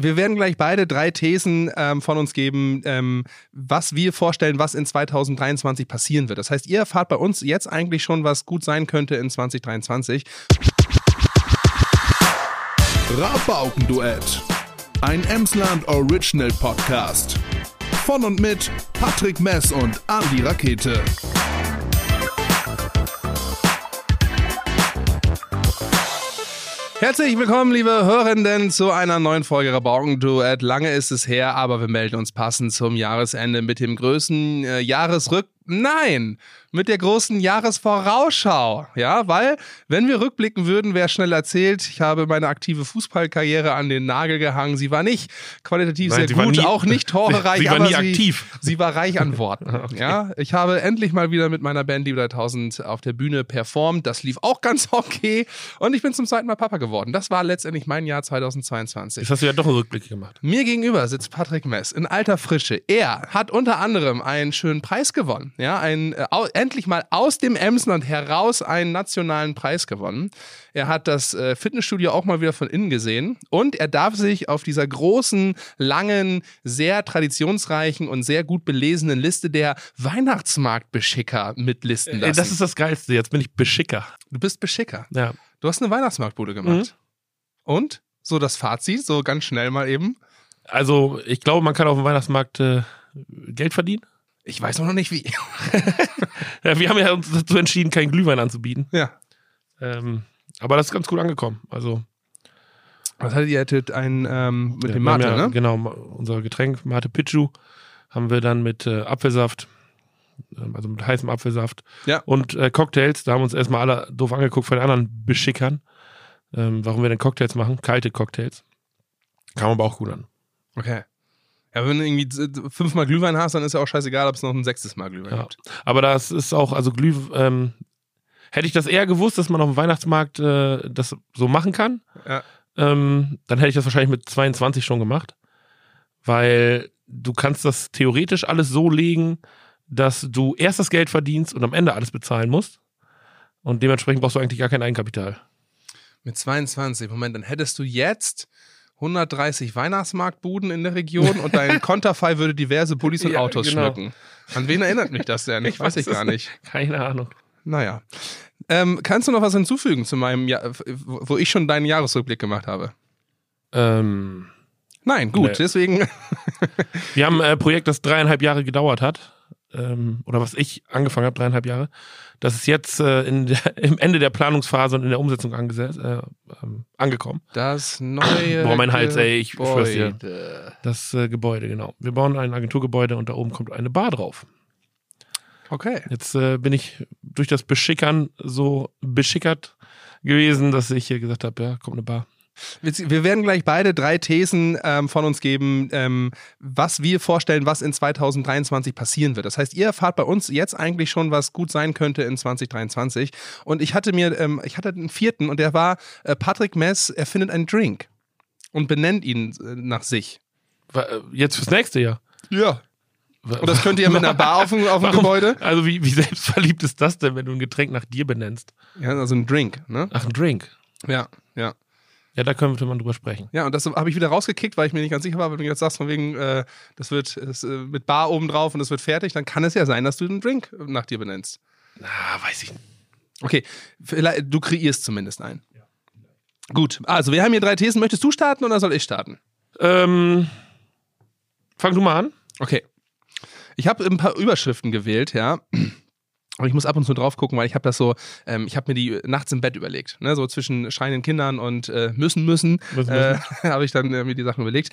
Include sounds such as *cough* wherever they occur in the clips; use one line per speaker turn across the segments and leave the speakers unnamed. Wir werden gleich beide drei Thesen ähm, von uns geben, ähm, was wir vorstellen, was in 2023 passieren wird. Das heißt, ihr erfahrt bei uns jetzt eigentlich schon, was gut sein könnte in 2023.
Rabaukenduett. Ein Emsland Original Podcast. Von und mit Patrick Mess und Andi Rakete.
Herzlich willkommen, liebe Hörenden, zu einer neuen Folge Rabaukenduett. Lange ist es her, aber wir melden uns passend zum Jahresende mit dem größten äh, Jahresrück... Nein, mit der großen Jahresvorausschau. Ja, weil, wenn wir rückblicken würden, wäre schnell erzählt, ich habe meine aktive Fußballkarriere an den Nagel gehangen. Sie war nicht qualitativ
Nein,
sehr
sie war
gut,
nie-
auch
*laughs*
nicht torrereich,
Sie war
aber
nie
sie,
aktiv.
Sie war reich an Worten. ja, ich habe endlich mal wieder mit meiner Band Die 3000 auf der Bühne performt. Das lief auch ganz okay. Und ich bin zum zweiten Mal Papa geworden. Das war letztendlich mein Jahr 2022.
Jetzt hast du ja doch einen Rückblick gemacht.
Mir gegenüber sitzt Patrick Mess in alter Frische. Er hat unter anderem einen schönen Preis gewonnen. Ja, einen, äh, au- endlich mal aus dem Emsland heraus einen nationalen Preis gewonnen. Er hat das äh, Fitnessstudio auch mal wieder von innen gesehen. Und er darf sich auf dieser großen, langen, sehr traditionsreichen und sehr gut belesenen Liste der Weihnachtsmarktbeschicker mitlisten lassen.
Äh, das ist das Geilste. Jetzt bin ich Beschicker.
du bist Beschicker.
Ja.
Du hast eine Weihnachtsmarktbude gemacht.
Mhm.
Und? So das Fazit, so ganz schnell mal eben.
Also, ich glaube, man kann auf dem Weihnachtsmarkt äh, Geld verdienen.
Ich weiß noch nicht wie.
Ja, wir haben ja uns dazu entschieden, keinen Glühwein anzubieten.
Ja.
Ähm, aber das ist ganz gut angekommen. Also,
Was hattet ihr? Ihr Hattet ein ähm, mit
ja,
dem
wir haben
Mate,
ja,
ne?
Genau, ma- unser Getränk Mate Pichu haben wir dann mit äh, Apfelsaft, ähm, also mit heißem Apfelsaft
Ja.
und äh, Cocktails. Da haben uns erstmal alle doof angeguckt von den anderen Beschickern, ähm, warum wir denn Cocktails machen, kalte Cocktails. Kam aber auch gut an.
Okay. Ja, wenn du irgendwie z- fünfmal Glühwein hast, dann ist ja auch scheißegal, ob es noch ein sechstes Mal Glühwein
Ja.
gibt.
Aber das ist auch, also Glüh, ähm, hätte ich das eher gewusst, dass man auf dem Weihnachtsmarkt äh, das so machen kann,
Ja.
ähm, dann hätte ich das wahrscheinlich mit 22 schon gemacht. Weil du kannst das theoretisch alles so legen, dass du erst das Geld verdienst und am Ende alles bezahlen musst. Und dementsprechend brauchst du eigentlich gar kein Eigenkapital.
Mit 22, Moment, dann hättest du jetzt 130 Weihnachtsmarktbuden in der Region und
*laughs*
dein Konterfei würde diverse Bullis und
Ja,
Autos
genau.
schmücken. An wen erinnert mich das denn? Ich weiß ich
*laughs* weiß
gar
es
nicht.
Keine Ahnung.
Naja. Ähm, kannst du noch was hinzufügen zu meinem Jahr, wo ich schon deinen Jahresrückblick gemacht habe?
Ähm,
Nein, gut,
Nee.
deswegen. *laughs*
Wir haben ein äh, Projekt, das dreieinhalb Jahre gedauert hat. Ähm, oder was ich angefangen habe, dreieinhalb Jahre. Das ist jetzt äh, in der, *laughs* im Ende der Planungsphase und in der Umsetzung angesetzt, äh, ähm, angekommen.
Das neue.
Boah, mein Hals, ey, ich schwör's dir.
Gebäude.
Das äh, Gebäude, genau. Wir bauen ein Agenturgebäude und da oben kommt eine Bar drauf.
Okay.
Jetzt äh, bin ich durch das Beschickern so beschickert gewesen, dass ich hier gesagt habe, ja, kommt eine Bar.
Wir wir werden gleich beide drei Thesen ähm, von uns geben, ähm, was wir vorstellen, was in 2023 passieren wird. Das heißt, ihr erfahrt bei uns jetzt eigentlich schon, was gut sein könnte in 2023. Und ich hatte mir, ähm, ich hatte einen vierten und der war äh, Patrick Mess erfindet einen Drink und benennt ihn äh, nach sich.
Wa- äh, Jetzt fürs nächste Jahr.
Ja.
Wa- *laughs*
Und das könnt ihr mit einer Bar auf dem, *laughs* auf dem
Warum?
Gebäude.
Also wie, wie selbstverliebt ist das denn, wenn du ein Getränk nach dir benennst?
Ja, also ein Drink, ne?
Ach, ein Drink.
Ja, ja.
Ja, da könnte man drüber sprechen.
Ja, und das habe ich wieder rausgekickt, weil ich mir nicht ganz sicher war, wenn du jetzt sagst, von wegen, äh, das wird es, äh, mit Bar oben drauf und es wird fertig, dann kann es ja sein, dass du den Drink nach dir benennst.
Ah, weiß ich nicht.
Okay, vielleicht, du kreierst zumindest einen. Gut, also wir haben hier drei Thesen. Möchtest du starten oder soll ich starten?
Ähm, fang du mal an.
Okay. Ich habe ein paar Überschriften gewählt, ja. Aber ich muss ab und zu drauf gucken, weil ich habe das so, ähm, ich habe mir die nachts im Bett überlegt. Ne? So zwischen schreienden Kindern und äh, müssen, müssen,
Müssen,
äh, *laughs* habe ich dann äh, mir die Sachen überlegt.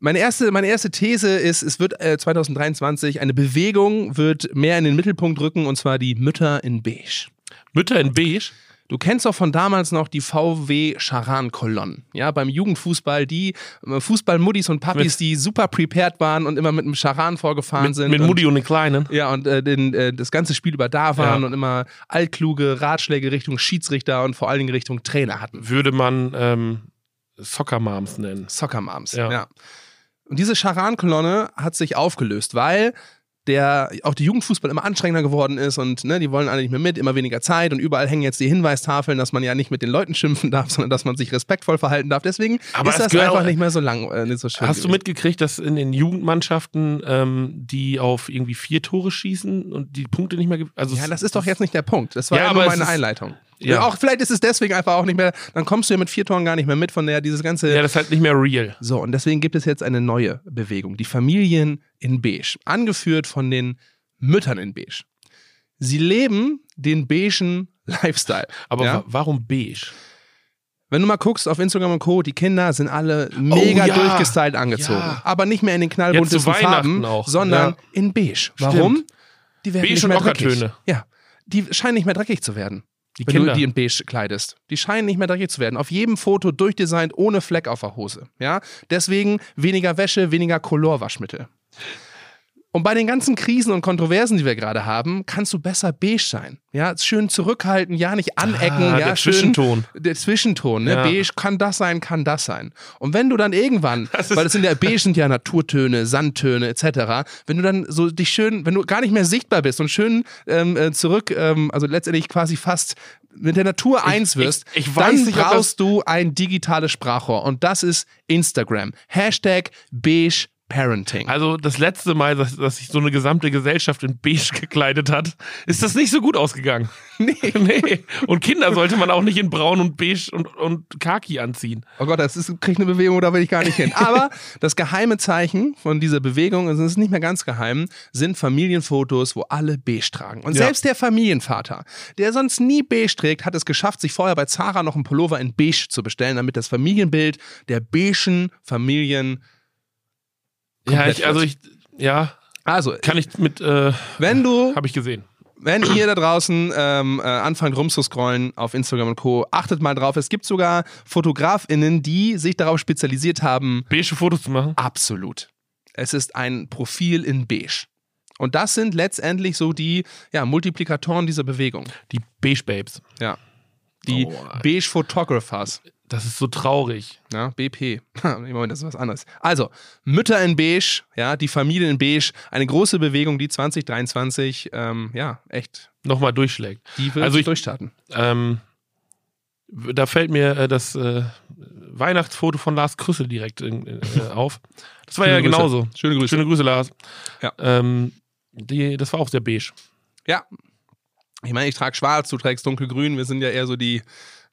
Meine erste, meine erste These ist, es wird äh, 2023, eine Bewegung wird mehr in den Mittelpunkt rücken und zwar die Mütter in Beige.
Mütter in Beige.
Du kennst doch von damals noch die VW Charan-Kolonnen. Ja, beim Jugendfußball, die äh, Fußballmuddis und Papis,
Mit-
die super prepared waren und immer mit einem Charan vorgefahren
Mit,
sind.
mit
und-
Mutti und den Kleinen.
ja, und äh, den, äh, das ganze Spiel über da waren
Ja.
und immer altkluge Ratschläge Richtung Schiedsrichter und vor allen Dingen Richtung Trainer hatten.
Würde man ähm, Soccer Moms nennen.
Soccer Moms. Ja.
Ja.
Und diese Charan-Kolonne hat sich aufgelöst, weil der auch die Jugendfußball immer anstrengender geworden ist und ne, die wollen alle nicht mehr mit, immer weniger Zeit und überall hängen jetzt die Hinweistafeln, dass man ja nicht mit den Leuten schimpfen *laughs* darf, sondern dass man sich respektvoll verhalten darf. Deswegen
Aber
ist
es
das
gehört
einfach
auch-
nicht mehr so lang, äh, nicht so schön.
Hast du
gewesen.
mitgekriegt, dass in den Jugendmannschaften, ähm, die auf irgendwie vier Tore schießen und die Punkte nicht mehr ge- also
Ja,
es-
das ist doch jetzt nicht der Punkt. Das war
Ja,
ja, nur
aber es
meine
ist-
Einleitung.
Ja.
Ja. Auch vielleicht ist es deswegen einfach auch nicht mehr, dann kommst du ja mit vier Toren gar nicht mehr mit, von der dieses ganze
Ja, das ist halt nicht mehr real.
So, und deswegen gibt es jetzt eine neue Bewegung, die Familien in Beige, angeführt von den Müttern in Beige. Sie leben den beigen Lifestyle.
Aber
ja?
wa- warum beige?
Wenn du mal guckst auf Instagram und Co., die Kinder sind alle mega
Oh, ja.
durchgestylt angezogen.
Ja.
Aber nicht mehr in den
Jetzt zu
knallbuntesten
Weihnachten
Farben,
auch.
sondern
Ja.
in beige. Warum? Die werden
Beige
nicht mehr
und
dreckig.
Ockertöne.
Ja, die scheinen nicht mehr dreckig zu werden.
Die
wenn
Kinder.
du die in beige kleidest. Die scheinen nicht mehr dreckig zu werden. Auf jedem Foto durchdesignt, ohne Fleck auf der Hose. Ja? Deswegen weniger Wäsche, weniger Colorwaschmittel. Und bei den ganzen Krisen und Kontroversen, die wir gerade haben, kannst du besser beige sein. Ja, schön zurückhalten, ja nicht anecken,
Ah,
ja
der
schön,
Zwischenton.
Der Zwischenton, ne?
Ja.
Beige kann das sein, kann das sein. Und wenn du dann
*laughs*
irgendwann,
ist-
weil es sind ja beige sind ja Naturtöne, Sandtöne etc. Wenn du dann so dich schön, wenn du gar nicht mehr sichtbar bist und schön ähm, äh, zurück, ähm, also letztendlich quasi fast mit der Natur eins wirst,
ich- ich weiß
dann
nicht, ob das-
brauchst du ein digitales Sprachrohr und das ist Instagram. Hashtag beige Parenting.
Also das letzte Mal, dass, dass sich so eine gesamte Gesellschaft in beige gekleidet hat, ist das nicht so gut
*laughs*
ausgegangen. *laughs* Nee. Und Kinder sollte man auch nicht in braun und beige und, und khaki anziehen.
Oh Gott, das ist, kriegt eine Bewegung, da will ich gar nicht hin.
*laughs*
Aber das geheime Zeichen von dieser Bewegung, also es ist nicht mehr ganz geheim, sind Familienfotos, wo alle beige tragen. Und
Ja.
selbst der Familienvater, der sonst nie beige trägt, hat es geschafft, sich vorher bei Zara noch einen Pullover in beige zu bestellen, damit das Familienbild der beigen Familien...
Ja,
Komplett
ich, also ich, ja,
Also,
kann ich mit, äh,
wenn du
habe ich gesehen.
wenn ihr da draußen ähm, äh, anfangt rumzuscrollen auf Instagram und Co., achtet mal drauf. Es gibt sogar FotografInnen, die sich darauf spezialisiert haben,
Beige Fotos zu machen.
Absolut. Es ist ein Profil in Beige. Und das sind letztendlich so die ja, Multiplikatoren dieser Bewegung.
Die beige Babes.
Ja. Die
Oh, ey.
Beige Photographers.
Das ist so traurig.
Ja, *laughs* BP. Moment, das ist was anderes. Also, Mütter in Beige, ja, die Familie in Beige, eine große Bewegung, die 2023, ähm, ja, echt,
Nochmal durchschlägt.
die wird
Also ich-
durchstarten.
Ähm, w- da fällt mir äh, das äh, Weihnachtsfoto von Lars Krüssel direkt in, in, äh, auf. Das war
Schöne
ja
Grüße.
genauso.
Schöne Grüße.
Schöne Grüße, Lars.
Ja.
Ähm, die, das war auch sehr beige.
Ja. Ich meine, ich trage schwarz, du trägst dunkelgrün, wir sind ja eher so die,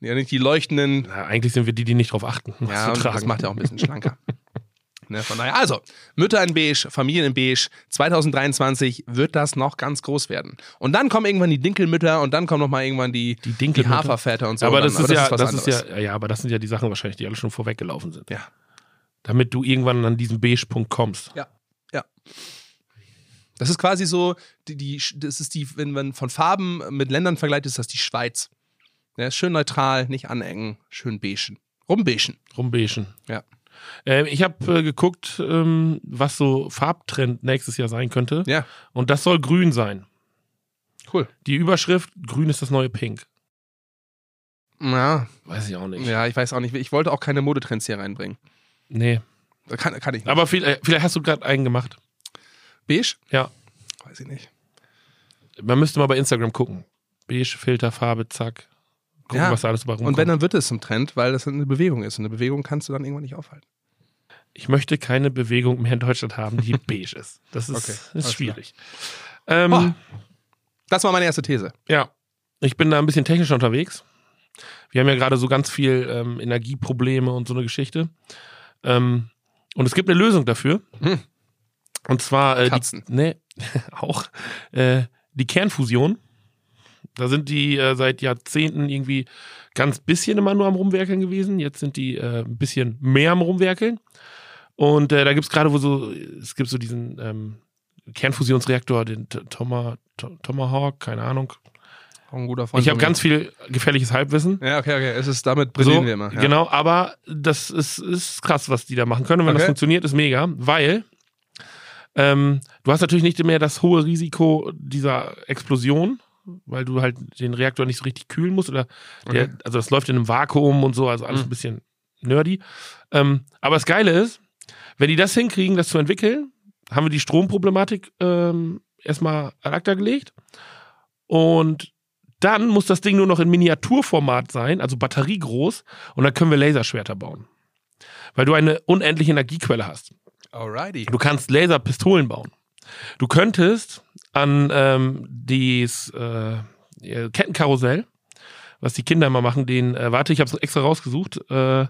ja nicht die leuchtenden,
Na, eigentlich sind wir die, die nicht drauf achten, was
Ja,
zu
und
tragen.
das macht ja auch ein bisschen schlanker. *laughs* Ne, von daher, also, Mütter in Beige, Familien in Beige, 2023 wird das noch ganz groß werden. Und dann kommen irgendwann die Dinkelmütter und dann kommen nochmal irgendwann die,
Die Dinkelmütter.
Haferväter und so.
aber das,
dann,
ist, ja, das ist ja, ja, aber das sind ja die Sachen wahrscheinlich, die alle schon vorweggelaufen sind.
Ja.
Damit du irgendwann an diesen Beige-Punkt kommst.
Ja, ja. Das ist quasi so, die, die, das ist die, wenn man von Farben mit Ländern vergleicht, ist das die Schweiz. Ja, ist schön neutral, nicht anengen, schön beigen. Rumbeigen.
Rumbeigen.
Ja.
Ähm, ich habe äh, geguckt, ähm, was so Farbtrend nächstes Jahr sein könnte.
Ja,
Und das soll grün sein.
cool.
Die Überschrift, grün ist das neue Pink.
Ja,
Weiß ich auch nicht.
ja, ich weiß auch nicht. Ich wollte auch keine Modetrends hier reinbringen.
Nee.
Kann, kann ich nicht.
Aber viel, äh, vielleicht hast du gerade einen gemacht.
Beige?
Ja.
Weiß ich nicht.
Man müsste mal bei Instagram gucken. Beige, Filterfarbe, zack. Gucken,
Ja.
was da alles dabei rumkommt.
Und wenn, dann wird es zum Trend, weil das eine Bewegung ist. Und eine Bewegung kannst du dann irgendwann nicht aufhalten.
ich möchte keine Bewegung mehr in Deutschland
*laughs*
haben, die beige ist. Das ist,
Okay,
ist
alles Ah.
schwierig. Ähm,
Boah. Das war meine erste These.
Ja, ich bin da ein bisschen technischer unterwegs. Wir haben ja gerade so ganz viel ähm, Energieprobleme und so eine Geschichte. Ähm, und es gibt eine Lösung dafür.
Hm.
Und zwar äh,
Katzen.
Die, nee, *laughs* auch äh, die Kernfusion. Da sind die äh, seit Jahrzehnten irgendwie ganz bisschen immer nur am Rumwerkeln gewesen. Jetzt sind die äh, ein bisschen mehr am Rumwerkeln. Und äh, da gibt's gerade wo so, es gibt so diesen ähm, Kernfusionsreaktor, den T- Toma, To- Tomahawk, keine Ahnung.
Auch ein guter Freund.
Ich habe
von mir.
ganz viel gefährliches Halbwissen.
Ja, okay, okay. Es ist, damit brillieren wir immer. Ja.
Genau, aber das ist, ist krass, was die da machen können. Und wenn das
Okay.
funktioniert, ist mega, weil ähm, du hast natürlich nicht mehr das hohe Risiko dieser Explosion, weil du halt den Reaktor nicht so richtig kühlen musst. Oder der,
Okay.
also das läuft in einem Vakuum und so, also alles
Mhm.
ein bisschen nerdy. Ähm, aber das Geile ist, wenn die das hinkriegen, das zu entwickeln, haben wir die Stromproblematik ähm, erstmal ad acta gelegt. Und dann muss das Ding nur noch in Miniaturformat sein, also batteriegroß. Und dann können wir Laserschwerter bauen. Weil du eine unendliche Energiequelle hast.
Alrighty.
Du kannst Laserpistolen bauen. Du könntest an ähm, dieses äh, Kettenkarussell, was die Kinder immer machen, den, äh, warte, ich habe es extra rausgesucht, äh,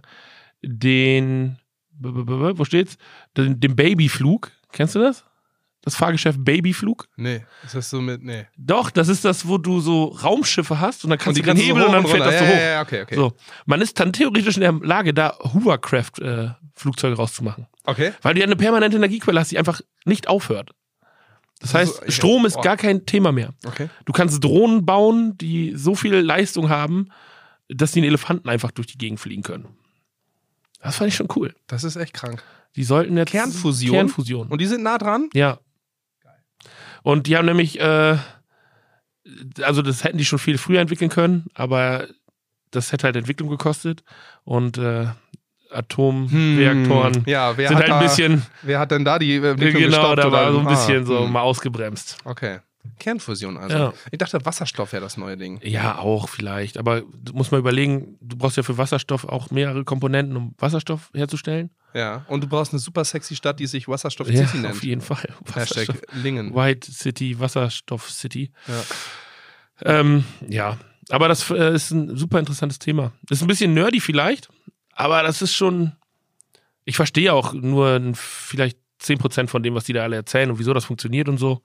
den, b- b- b- wo steht's? Den, den Babyflug. Kennst du das? Das Fahrgeschäft Babyflug?
Nee, ist das so mit. Nee.
Doch, das ist das, wo du so Raumschiffe hast und dann kannst du den
ganzen
Hebel
so
und dann
hoch
fährt das
runter.
so
ja,
hoch.
Ja, ja, okay, okay.
So, man ist dann theoretisch in der Lage, da Hovercraft-Flugzeuge rauszumachen.
Okay.
Weil du ja eine permanente Energiequelle hast, die einfach nicht aufhört. Das heißt,
Also, ja,
Strom ist
boah.
gar kein Thema mehr.
Okay.
Du kannst Drohnen bauen, die so viel Leistung haben, dass die einen Elefanten einfach durch die Gegend fliegen können. Das fand ich schon cool.
Das ist echt krank.
Die sollten jetzt.
Kernfusion?
Kernfusion.
Und die sind nah dran?
ja. Und die haben nämlich, äh, also das hätten die schon viel früher entwickeln können, aber das hätte halt Entwicklung gekostet. Und äh, Atomreaktoren
Hm. Ja, wer hat,
Hm. sind halt ein
da,
bisschen,
wer hat denn da die äh, Entwicklung
genau,
gestoppt?
da war
oder?
so ein bisschen
ah,
so
hm,
mal ausgebremst.
Okay. Kernfusion also.
Ja.
Ich dachte, Wasserstoff wäre das neue Ding.
Ja, auch vielleicht. Aber du musst mal überlegen, du brauchst ja für Wasserstoff auch mehrere Komponenten, um Wasserstoff herzustellen.
Ja. Und du brauchst eine super sexy Stadt, die sich Wasserstoff
ja,
City
auf
nennt.
jeden Fall.
Hashtag
Wasserstoff.
Lingen.
White City, Wasserstoff City.
Ja.
Ähm, ja, aber das äh, ist ein super interessantes Thema. Ist ein bisschen nerdy vielleicht, aber das ist schon. Ich verstehe auch nur ein- vielleicht 10% von dem, was die da alle erzählen und wieso das funktioniert und so.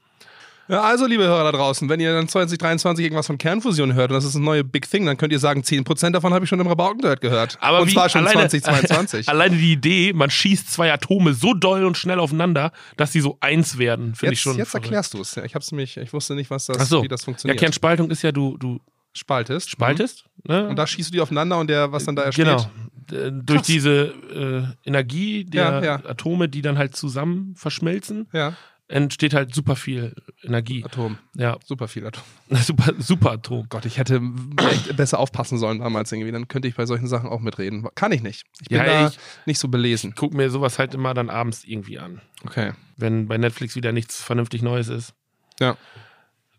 Ja, also, liebe Hörer da draußen, wenn ihr dann 2023 irgendwas von Kernfusion hört und das ist ein neue Big Thing, dann könnt ihr sagen, 10% davon habe ich schon im Rabaukendirt gehört.
Aber
und
wie
zwar schon *laughs*
alleine-
2022.
*laughs* Alleine die Idee, man schießt zwei Atome so doll und schnell aufeinander, dass sie so eins werden, finde ich
Jetzt,
schon.
jetzt
verrückt.
erklärst du es. Ja, ich, hab's nämlich, ich wusste nicht, was
Ach
das,
so.
wie das
Ja,
funktioniert.
Kernspaltung ist ja, du, du
Spaltest.
spaltest. Ne?
Mhm. Und da schießt du die aufeinander und der, was dann da entsteht.
genau. D- Durch
Krass.
diese äh, Energie der
Ja, ja.
Atome, die dann halt zusammen verschmelzen,
Ja,
entsteht halt super viel Energie.
Atom.
Ja, *laughs*
Super viel Atom.
super, super Atom.
Gott, ich hätte echt besser aufpassen sollen damals irgendwie. Dann könnte ich bei solchen Sachen auch mitreden. Kann ich nicht. Ich bin
Ja,
da
ich-
nicht so belesen.
Guck mir sowas halt immer dann abends irgendwie an,
Okay.
wenn bei Netflix wieder nichts vernünftig Neues ist.
Ja.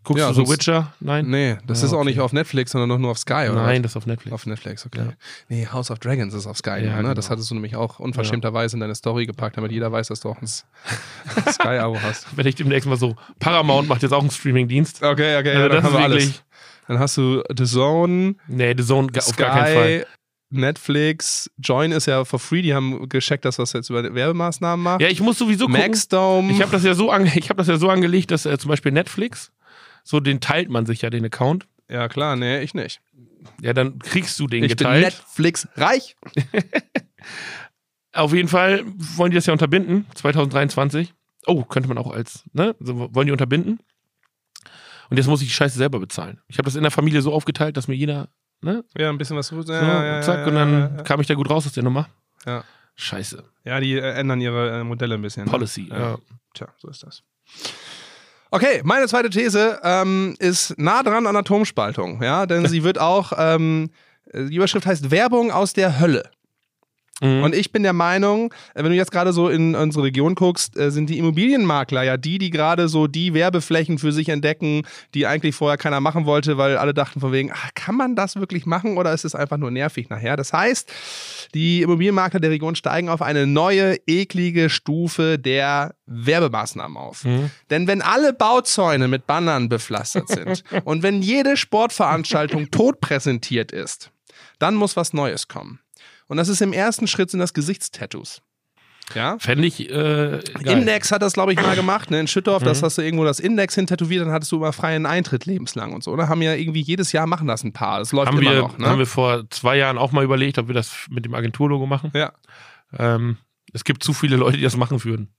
Guckst
Ja,
du so
sonst-
Witcher? Nein.
Nee, das
Ja,
ist auch
okay.
nicht auf Netflix, sondern doch nur auf Sky, oder?
Nein, das ist auf Netflix.
Auf Netflix, okay.
Ja.
Nee, House of Dragons ist auf Sky.
Ja,
ne? Das
genau.
hattest du nämlich auch unverschämterweise in deine Story gepackt, damit jeder weiß, dass du
*laughs*
auch ein S- Sky-Abo hast.
wenn ich demnächst mal so, Paramount macht jetzt auch einen Streamingdienst.
Okay, okay,
Also
ja, dann
das
haben
ist
wir alles.
wirklich-
Dann hast du The Zone,
Nee, The Zone ga- auf
Sky,
gar keinen Fall.
Netflix, Join ist ja for free, die haben gescheckt, dass das jetzt über Werbemaßnahmen macht.
Ja, ich muss sowieso gucken.
Maxdome.
Ich habe das ja so ange ich habe das ja so angelegt, dass äh, zum Beispiel Netflix so den teilt man sich ja den Account.
ja, klar, nee, ich nicht.
Ja, dann kriegst du den
Ich bin
geteilt.
Netflix reich.
Auf jeden Fall wollen die das ja unterbinden. 2023. Oh, könnte man auch als ne so, wollen die unterbinden. Und jetzt muss ich die Scheiße selber bezahlen. Ich habe das in der Familie so aufgeteilt, dass mir jeder ne
Ja, ein bisschen was. So,
so, zack und dann kam ich da gut raus aus der Nummer.
Ja.
Scheiße.
Ja, die äh, ändern ihre äh, Modelle ein bisschen. ne?
Policy.
Ja.
Ja.
Tja, so ist das. Okay, meine zweite These ähm, ist nah dran an Atomspaltung, ja, denn sie wird auch, ähm, die Überschrift heißt Werbung aus der Hölle.
Mhm.
Und ich bin der Meinung, äh, wenn du jetzt gerade so in unsere Region guckst, äh, sind die Immobilienmakler ja die, die gerade so die Werbeflächen für sich entdecken, die eigentlich vorher keiner machen wollte, weil alle dachten von wegen, ach, kann man das wirklich machen oder ist es einfach nur nervig nachher? Das heißt, die Immobilienmakler der Region steigen auf eine neue, eklige Stufe der Werbemaßnahmen auf.
Mhm.
Denn wenn alle Bauzäune mit Bannern bepflastert
*laughs*
sind und wenn jede Sportveranstaltung tot präsentiert ist, dann muss was Neues kommen. Und das ist im ersten Schritt sind das Gesichtstattoos. Ja?
Fände ich äh, geil. Mhm.
Index hat das, glaube
*clears throat*
ich, mal gemacht, ne? In Schüttorf, das hast du irgendwo das Index hin tätowiert, dann hattest du immer freien Eintritt lebenslang und so. Oder haben ja irgendwie jedes Jahr machen das ein paar. Das läuft
haben
immer
wir,
noch, ne?
haben wir vor zwei Jahren auch mal überlegt, ob wir das mit dem Agenturlogo machen.
Ja.
Ähm, es gibt zu viele Leute, die das machen würden.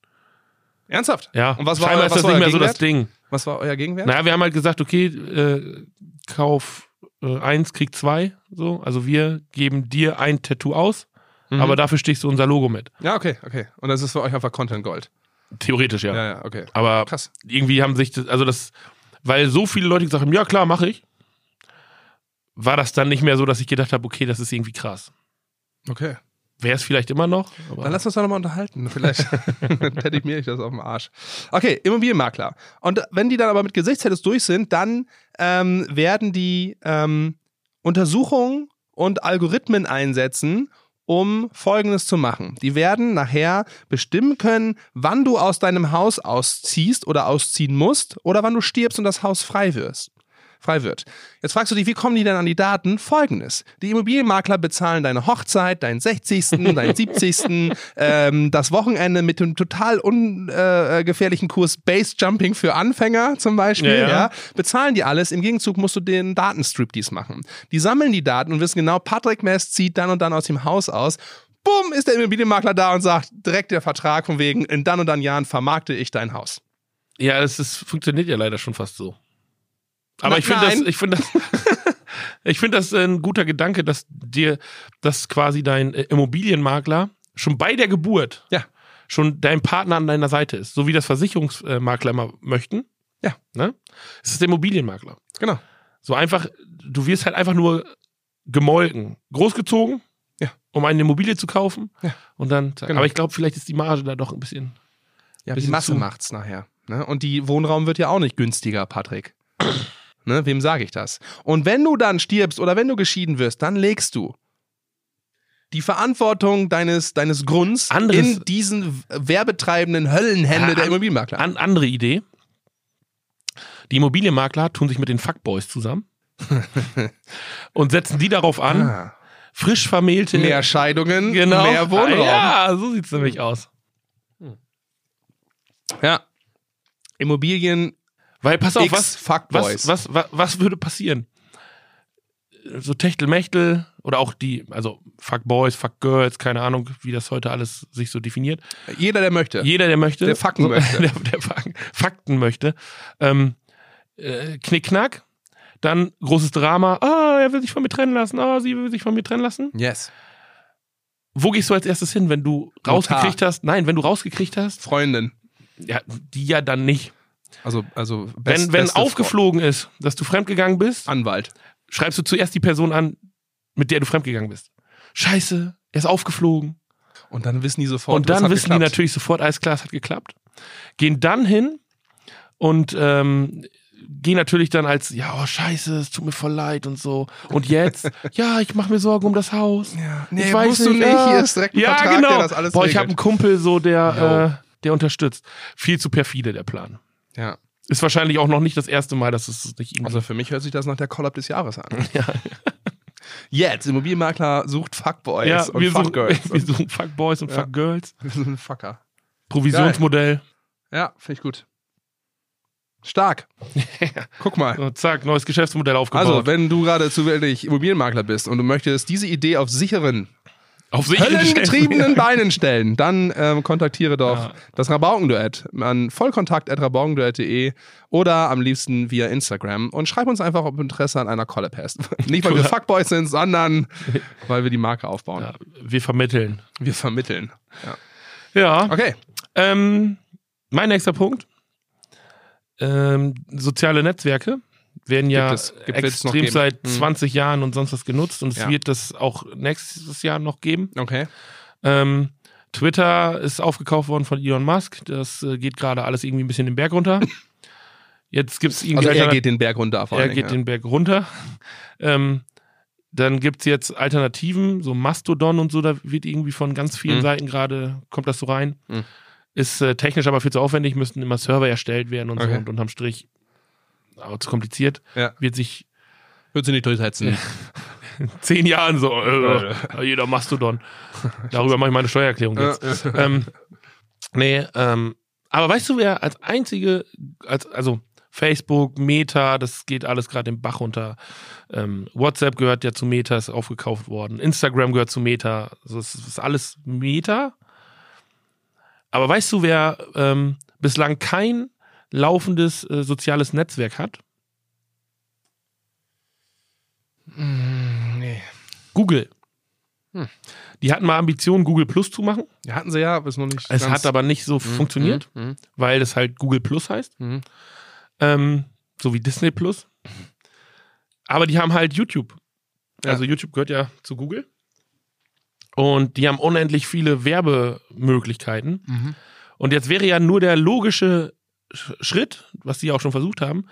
Ernsthaft?
Ja.
Und was war,
Scheinbar
euer-
ist
was
das
war
nicht
euer
mehr so das
Gegenwert?
Ding.
Was war euer Gegenwert?
Naja, wir haben halt gesagt, okay, äh, kauf äh, eins, krieg zwei. So. Also wir geben dir ein Tattoo aus,
Mhm.
aber dafür stichst du unser Logo mit.
ja, okay, okay. Und das ist für euch einfach Content Gold.
Theoretisch ja.
Ja, ja, okay.
Aber
Krass.
irgendwie haben sich das, also das, weil so viele Leute gesagt haben, ja klar, mache ich, war das dann nicht mehr so, dass ich gedacht habe, okay, das ist irgendwie krass.
Okay.
Wäre es vielleicht immer noch. aber-
Dann lass uns doch nochmal unterhalten. Vielleicht *laughs* tätowiere ich das auf dem Arsch. Okay, Immobilienmakler. Und wenn die dann aber mit Gesichtstattoos durch sind, dann ähm, werden die ähm, Untersuchungen und Algorithmen einsetzen, um Folgendes zu machen. Die werden nachher bestimmen können, wann du aus deinem Haus ausziehst oder ausziehen musst oder wann du stirbst und das Haus frei wirst frei wird. Jetzt fragst du dich, wie kommen die denn an die Daten? Folgendes. Die Immobilienmakler bezahlen deine Hochzeit, deinen 60., deinen 70., ähm, das Wochenende mit dem total ungefährlichen äh, gefährlichen Kurs Base Jumping für Anfänger zum Beispiel.
Ja,
Ja,
ja.
Bezahlen die alles. Im Gegenzug musst du den Datenstrip dies machen. Die sammeln die Daten und wissen genau, Patrick Mess zieht dann und dann aus dem Haus aus. Bumm, ist der Immobilienmakler da und sagt direkt der Vertrag von wegen, in dann und dann Jahren vermarkte ich dein Haus.
Ja, das ist, funktioniert ja leider schon fast so. Aber
Na,
ich finde das,
nein.
ich finde das, *laughs* ich finde das ein guter Gedanke, dass dir, dass quasi dein äh, Immobilienmakler schon bei der Geburt
Ja.
schon dein Partner an deiner Seite ist, so wie das Versicherungsmakler immer möchten.
Ja.
Ne? Es ist der Immobilienmakler.
Genau.
So einfach, du wirst halt einfach nur gemolken, großgezogen,
Ja.
um eine Immobilie zu kaufen.
Ja.
Und dann, zack.
Genau.
aber ich glaube, vielleicht ist die Marge da doch ein bisschen.
Ja, die
bisschen
Masse
zu.
macht's nachher. Ne? Und die Wohnraum wird ja auch nicht günstiger,
*clears throat*
Patrick. ne? Wem sage ich das? Und wenn du dann stirbst oder wenn du geschieden wirst, dann legst du die Verantwortung deines, deines Grunds
Anderes-
in diesen werbetreibenden Höllenhände
Ja,
der
an-
Immobilienmakler.
An, andere Idee. Die Immobilienmakler tun sich mit den
*laughs*
Fuckboys zusammen und setzen die darauf an,
Ah.
frisch vermählte
Mehr Scheidungen,
genau,
mehr Wohnraum.
Ah, ja, so sieht's nämlich aus.
Ja. Immobilien
Weil pass auf,
X
was
Fuckboys.
was, was, was, was würde passieren? So Techtelmechtel oder auch die, also Fuckboys, Fuckgirls, keine Ahnung, wie das heute alles sich so definiert.
Jeder, der möchte.
Jeder, der möchte.
Der Fakten
so, *laughs*
möchte.
Der, der Fakten, Fakten möchte. Ähm, äh, Knickknack. Dann großes Drama. Ah, er will sich von mir trennen lassen. Ah, sie will sich von mir trennen lassen.
yes.
Wo gehst du als erstes hin, wenn du
Notar.
rausgekriegt hast? Nein, wenn du rausgekriegt hast,
Freundin.
ja, die ja dann nicht.
Also, also best,
Wenn, wenn
beste
aufgeflogen ist, dass du fremdgegangen bist,
Frau. Anwalt.
schreibst du zuerst die Person an, mit der du fremdgegangen bist. Scheiße, er ist aufgeflogen.
Und dann wissen die sofort.
und
das
dann
hat
wissen die
geklappt.
natürlich sofort, alles klar, es hat geklappt. Gehen dann hin und ähm, gehen natürlich dann als, ja, oh, scheiße, es tut mir voll leid und so. Und
*laughs*
jetzt, ja, ich mache mir Sorgen um das Haus.
Ja.
ich
Nee, musst du nicht.
ah.
Hier ist direkt ein
ja,
Vertrag,
genau.
der das alles
Boah, ich habe
regelt.
einen Kumpel so,
Jo.
der, äh, der unterstützt. Viel zu perfide, der Plan.
Ja.
Ist wahrscheinlich auch noch nicht das erste Mal, dass es nicht ihm
Also für mich hört sich das nach der Collab des Jahres an.
*laughs*
Jetzt, Immobilienmakler sucht Fuckboys
ja,
und
wir suchen,
Fuckgirls.
*laughs* wir suchen Fuckboys und
Ja.
Fuckgirls.
Wir sind Fucker.
Provisionsmodell.
Ja, finde ich gut.
*laughs*
Stark. Guck mal.
So, zack, neues Geschäftsmodell aufgebaut.
Also, wenn du gerade zufällig Immobilienmakler bist und du möchtest diese Idee auf sicheren,
auf sich
höllengetriebenen Beinen stellen, dann ähm, kontaktiere doch
Ja.
das Rabaukenduett an vollkontakt.rabaukenduett.de oder am liebsten via Instagram und schreib uns einfach, ob du Interesse an einer Collab hast. *laughs* Nicht, weil wir Fuckboys sind,
*laughs*
sondern weil wir die Marke aufbauen.
Ja, wir vermitteln.
Wir vermitteln.
Ja.
Okay.
Ähm, mein nächster Punkt. Ähm, soziale Netzwerke werden ja
Gibt es- gibt- wird's noch
extrem
geben.
seit
Mhm.
20 Jahren und sonst was genutzt und es
Ja.
wird das auch nächstes Jahr noch geben.
Okay.
Ähm, Twitter ist aufgekauft worden von Elon Musk. Das äh, geht gerade alles irgendwie ein bisschen den
*laughs*
Berg runter. Jetzt gibt's irgendwie
Also er
Alternat-
geht den Berg runter. Vor
er
allen
geht
Dingen,
den Berg runter. Ähm, dann gibt es jetzt Alternativen, so Mastodon und so, da wird irgendwie von ganz vielen
Mhm.
Seiten gerade, kommt das so rein.
Mhm.
Ist äh, technisch aber viel zu aufwendig, müssten immer Server erstellt werden und so
Okay.
und unterm Strich aber zu kompliziert.
Ja.
Wird sich
ja. Wird sie nicht durchsetzen.
in zehn Jahren so, äh, *laughs*
*laughs*
jeder Mastodon. Darüber mache ich meine Steuererklärung
Äh,
jetzt. ähm, nee, ähm, aber weißt du, wer als einzige, als, also Facebook, Meta, das geht alles gerade den Bach runter. Ähm, WhatsApp gehört ja zu Meta, ist aufgekauft worden. Instagram gehört zu Meta. Also es ist alles Meta. Aber weißt du, wer ähm, bislang kein laufendes äh, soziales Netzwerk hat?
nee.
Google.
Hm.
Die hatten mal Ambitionen, Google Plus zu machen.
Ja, hatten sie ja, bis noch nicht.
Es
ganz-
hat aber nicht so
Mhm,
funktioniert.
mhm,
weil das halt Google Plus heißt,
mhm.
ähm, so wie Disney Plus. Aber die haben halt YouTube.
Ja.
Also YouTube gehört ja zu Google. Und die haben unendlich viele Werbemöglichkeiten.
Mhm.
Und jetzt wäre ja nur der logische Sch- Schritt, was die auch schon versucht haben,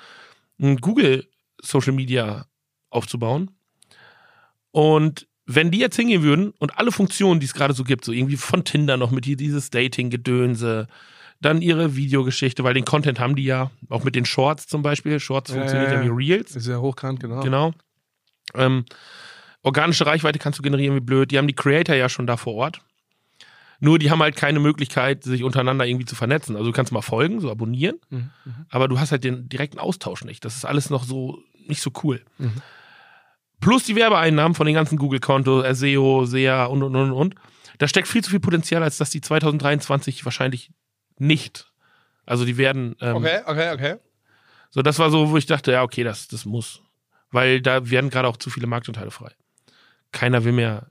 ein Google Social Media aufzubauen. Und wenn die jetzt hingehen würden und alle Funktionen, die es gerade so gibt, so irgendwie von Tinder noch mit hier dieses Dating-Gedönse, dann ihre Videogeschichte, weil den Content haben die ja, auch mit den Shorts zum Beispiel. Shorts
Ja,
funktioniert
ja,
ja,
ja.
wie Reels.
Ist ja hochkant, genau.
Genau. Ähm, organische Reichweite kannst du generieren wie blöd. Die haben die Creator ja schon da vor Ort. Nur die haben halt keine Möglichkeit, sich untereinander irgendwie zu vernetzen. Also du kannst mal folgen, so abonnieren,
Mhm,
aber du hast halt den direkten Austausch nicht. Das ist alles noch so nicht so cool.
Mhm.
Plus die Werbeeinnahmen von den ganzen Google-Konto, äh, SEO, SEA und und und und. Da steckt viel zu viel Potenzial, als dass die 2023 wahrscheinlich nicht. Also die werden ähm,
Okay, okay, okay.
so, das war so, wo ich dachte, ja, okay, das, das muss. Weil da werden gerade auch zu viele Marktanteile frei. Keiner will mehr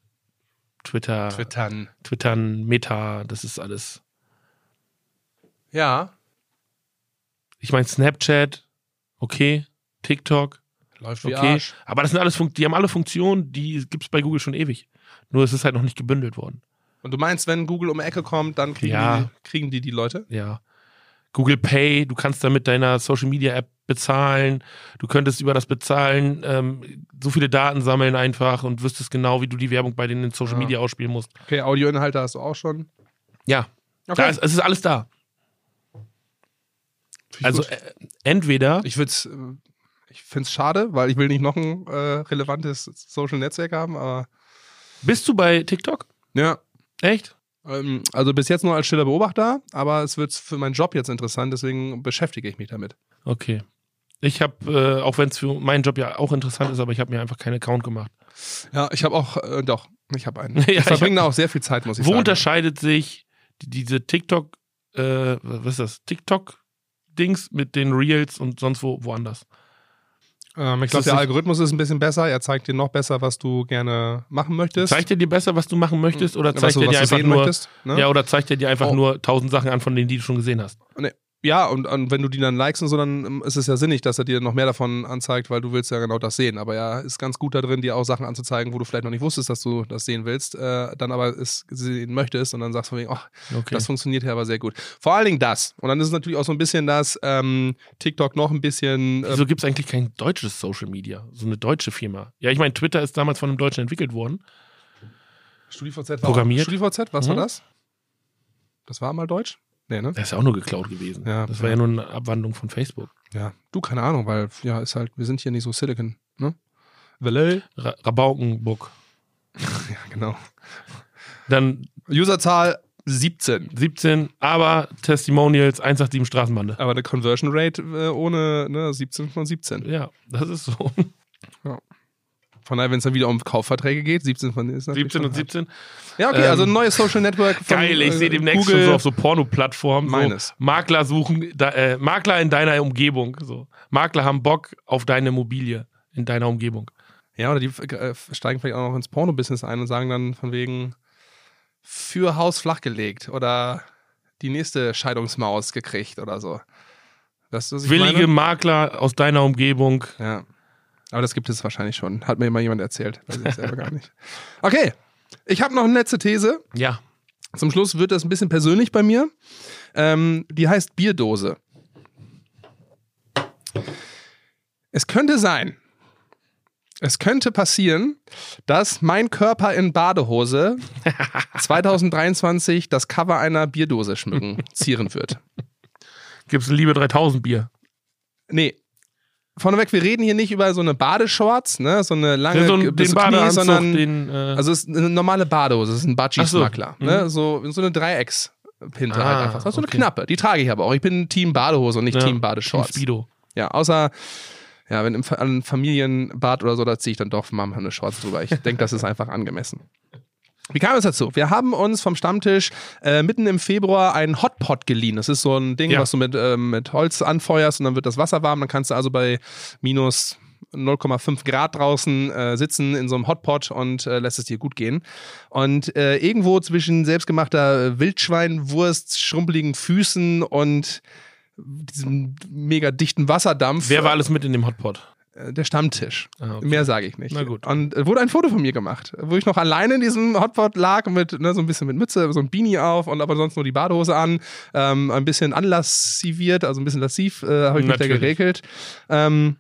Twitter,
Twittern.
Twittern, Meta, das ist alles.
Ja,
Ich meine, Snapchat, okay, TikTok,
läuft wie
okay.
Arsch.
Aber das sind alles Funk die haben alle Funktionen, die gibt's bei Google schon ewig. Nur es ist halt noch nicht gebündelt worden.
Und du meinst, wenn Google um die Ecke kommt, dann kriegen,
Ja.
die, kriegen die die Leute?
Ja. Google Pay, du kannst da mit deiner Social Media App bezahlen. Du könntest über das Bezahlen ähm, so viele Daten sammeln einfach und wüsstest genau, wie du die Werbung bei denen in Social
Ja.
Media ausspielen musst.
Okay, Audioinhalte hast du auch schon.
Ja, da ist, es ist alles da.
Finde ich
Also
gut.
äh, entweder
ich würde es, ich finde es schade, weil ich will nicht noch ein äh, relevantes Social Netzwerk haben, aber
bist du bei TikTok?
ja.
Echt?
Ähm, also bis jetzt nur als stiller Beobachter, aber es wird für meinen Job jetzt interessant, deswegen beschäftige ich mich damit.
Okay. Ich habe, äh, auch wenn es für meinen Job ja auch interessant ist, aber ich habe mir einfach keinen Account gemacht.
Ja, ich habe auch, äh, doch, ich habe einen.
*laughs* Ja,
ich
ich
verbringe da auch sehr viel Zeit, muss ich
Wo
sagen.
unterscheidet sich die, diese TikTok, äh, was ist das? TikTok-Dings mit den Reels und sonst wo woanders?
Ähm, ich glaube,
Das ist-
der Algorithmus ist ein bisschen besser. Er zeigt dir noch besser, was du gerne machen möchtest.
Zeigt er dir besser, was du machen möchtest, oder
was
zeigt
du,
er
was
dir
du
einfach
sehen
nur,
möchtest. Ne?
ja, oder zeigt er dir einfach
Oh.
nur tausend Sachen an, von denen die du schon gesehen hast?
Ja, und, und wenn du die dann likest und so, dann ähm, ist es ja sinnig, dass er dir noch mehr davon anzeigt, weil du willst ja genau das sehen. Aber er ist ganz gut da drin, dir auch Sachen anzuzeigen, wo du vielleicht noch nicht wusstest, dass du das sehen willst, äh, dann aber es sehen möchtest und dann sagst du von wegen, ach,
Okay.
das funktioniert ja aber sehr gut. Vor allen Dingen das. Und dann ist es natürlich auch so ein bisschen, dass ähm, TikTok noch ein bisschen. Äh,
Wieso gibt es eigentlich kein deutsches Social Media? So eine deutsche Firma. Ja, ich meine, Twitter ist damals von einem Deutschen entwickelt worden.
StudiVZ
Programmiert.
StudiVZ, was war
Mhm.
das? Das war mal Deutsch? Nee, ne?
Das ist ja auch nur geklaut gewesen.
Ja,
das war ja nur eine Abwandlung von Facebook.
Ja. Du, keine Ahnung, weil ja, ist halt, wir sind hier nicht so Silicon, ne? Valet.
Ra Rabaukenburg.
Ja, genau.
Dann
Userzahl 17.
17, aber Testimonials 187 Straßenbande.
Aber eine Conversion Rate äh, ohne ne, 17 von 17.
Ja, das ist so. *laughs*
Von daher, wenn es dann wieder um Kaufverträge geht, 17 von ist natürlich
17
schon hart.
und 17.
Ja, okay,
Ähm,
also ein neues Social Network von
Geil, ich
äh,
sehe demnächst
Google.
schon so auf so Porno-Plattformen so
Meines.
Makler suchen, da, äh, Makler in deiner Umgebung. So. Makler haben Bock auf deine Immobilie in deiner Umgebung.
Ja, oder die äh, steigen vielleicht auch noch ins Porno-Business ein und sagen dann von wegen für Haus flachgelegt oder die nächste Scheidungsmaus gekriegt oder so. Weißt du, was ich
Willige
meine?
Makler aus deiner Umgebung.
Ja. Aber das gibt es wahrscheinlich schon. Hat mir mal jemand erzählt. Weiß ich selber gar
*laughs*
nicht. Okay, ich habe noch eine letzte These.
Ja.
Zum Schluss wird das ein bisschen persönlich bei mir. Ähm, die heißt Bierdose. Es könnte sein, es könnte passieren, dass mein Körper in
*laughs*
Badehose 2023 das Cover einer Bierdose schmücken, zieren wird.
Gibt's ein Liebe 3000 Bier.
Nee. Vorneweg, wir reden hier nicht über so eine Badeshorts, ne? so eine lange
so ein,
bis
den
zum Knie,
Badeanzug,
sondern
den. Äh,
Also es ist eine normale Badehose, es ist ein
Ach so.
Batschis-Makler.
Mhm.
Ne? So, so eine Dreieckspinte
Ah,
halt einfach. So eine
okay.
knappe. Die trage ich aber auch. Ich bin Team Badehose und nicht
ja,
Team Badeshorts.
Team ne, Speedo.
Ja, außer, ja, wenn im Fa- an Familienbad oder so, da ziehe ich dann doch mal eine Shorts drüber. Ich denke, das ist einfach angemessen. Wie kam es dazu? Wir haben uns vom Stammtisch äh, mitten im Februar einen Hotpot geliehen. Das ist so ein Ding,
Ja.
was du mit, ähm, mit Holz anfeuerst und dann wird das Wasser warm. Dann kannst du also bei minus 0,5 Grad draußen äh, sitzen in so einem Hotpot und äh, lässt es dir gut gehen. Und äh, irgendwo zwischen selbstgemachter Wildschweinwurst, schrumpeligen Füßen und diesem mega dichten Wasserdampf.
Wer war alles mit in dem Hotpot?
äh, der Stammtisch.
Ah, okay.
Mehr sage ich nicht.
Na gut.
Und äh, wurde ein Foto von mir gemacht, wo ich noch alleine in diesem Hotpot lag, mit ne, so ein bisschen mit Mütze, so ein Beanie auf und aber sonst nur die Badehose an, ähm, ein bisschen anlassiviert, also ein bisschen lassiv, äh, habe ich mich da
Natürlich.
geregelt. Ähm,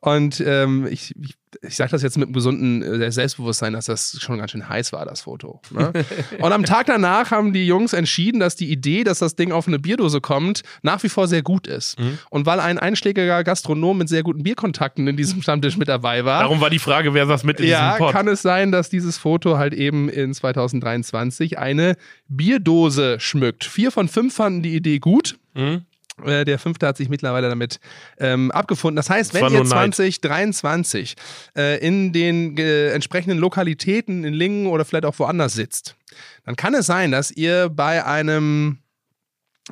und ähm, ich, ich, ich sage das jetzt mit einem gesunden äh, Selbstbewusstsein, dass das schon ganz schön heiß war, das Foto. Ne? und am Tag danach haben die Jungs entschieden, dass die Idee, dass das Ding auf eine Bierdose kommt, nach wie vor sehr gut ist. Und weil ein einschlägiger Gastronom mit sehr guten Bierkontakten in diesem Stammtisch mit dabei war,
Darum war die Frage, wer saß mit in
ja,
diesem Pod.
kann es sein, dass dieses Foto halt eben in 2023 eine Bierdose schmückt. Vier von fünf fanden die Idee gut.
Hm?
Äh, Der fünfte hat sich mittlerweile damit ähm, abgefunden. Das heißt,
Es
wenn
war
ihr
nur Neid.
2023 äh, in den äh, entsprechenden Lokalitäten in Lingen oder vielleicht auch woanders sitzt, dann kann es sein, dass ihr bei einem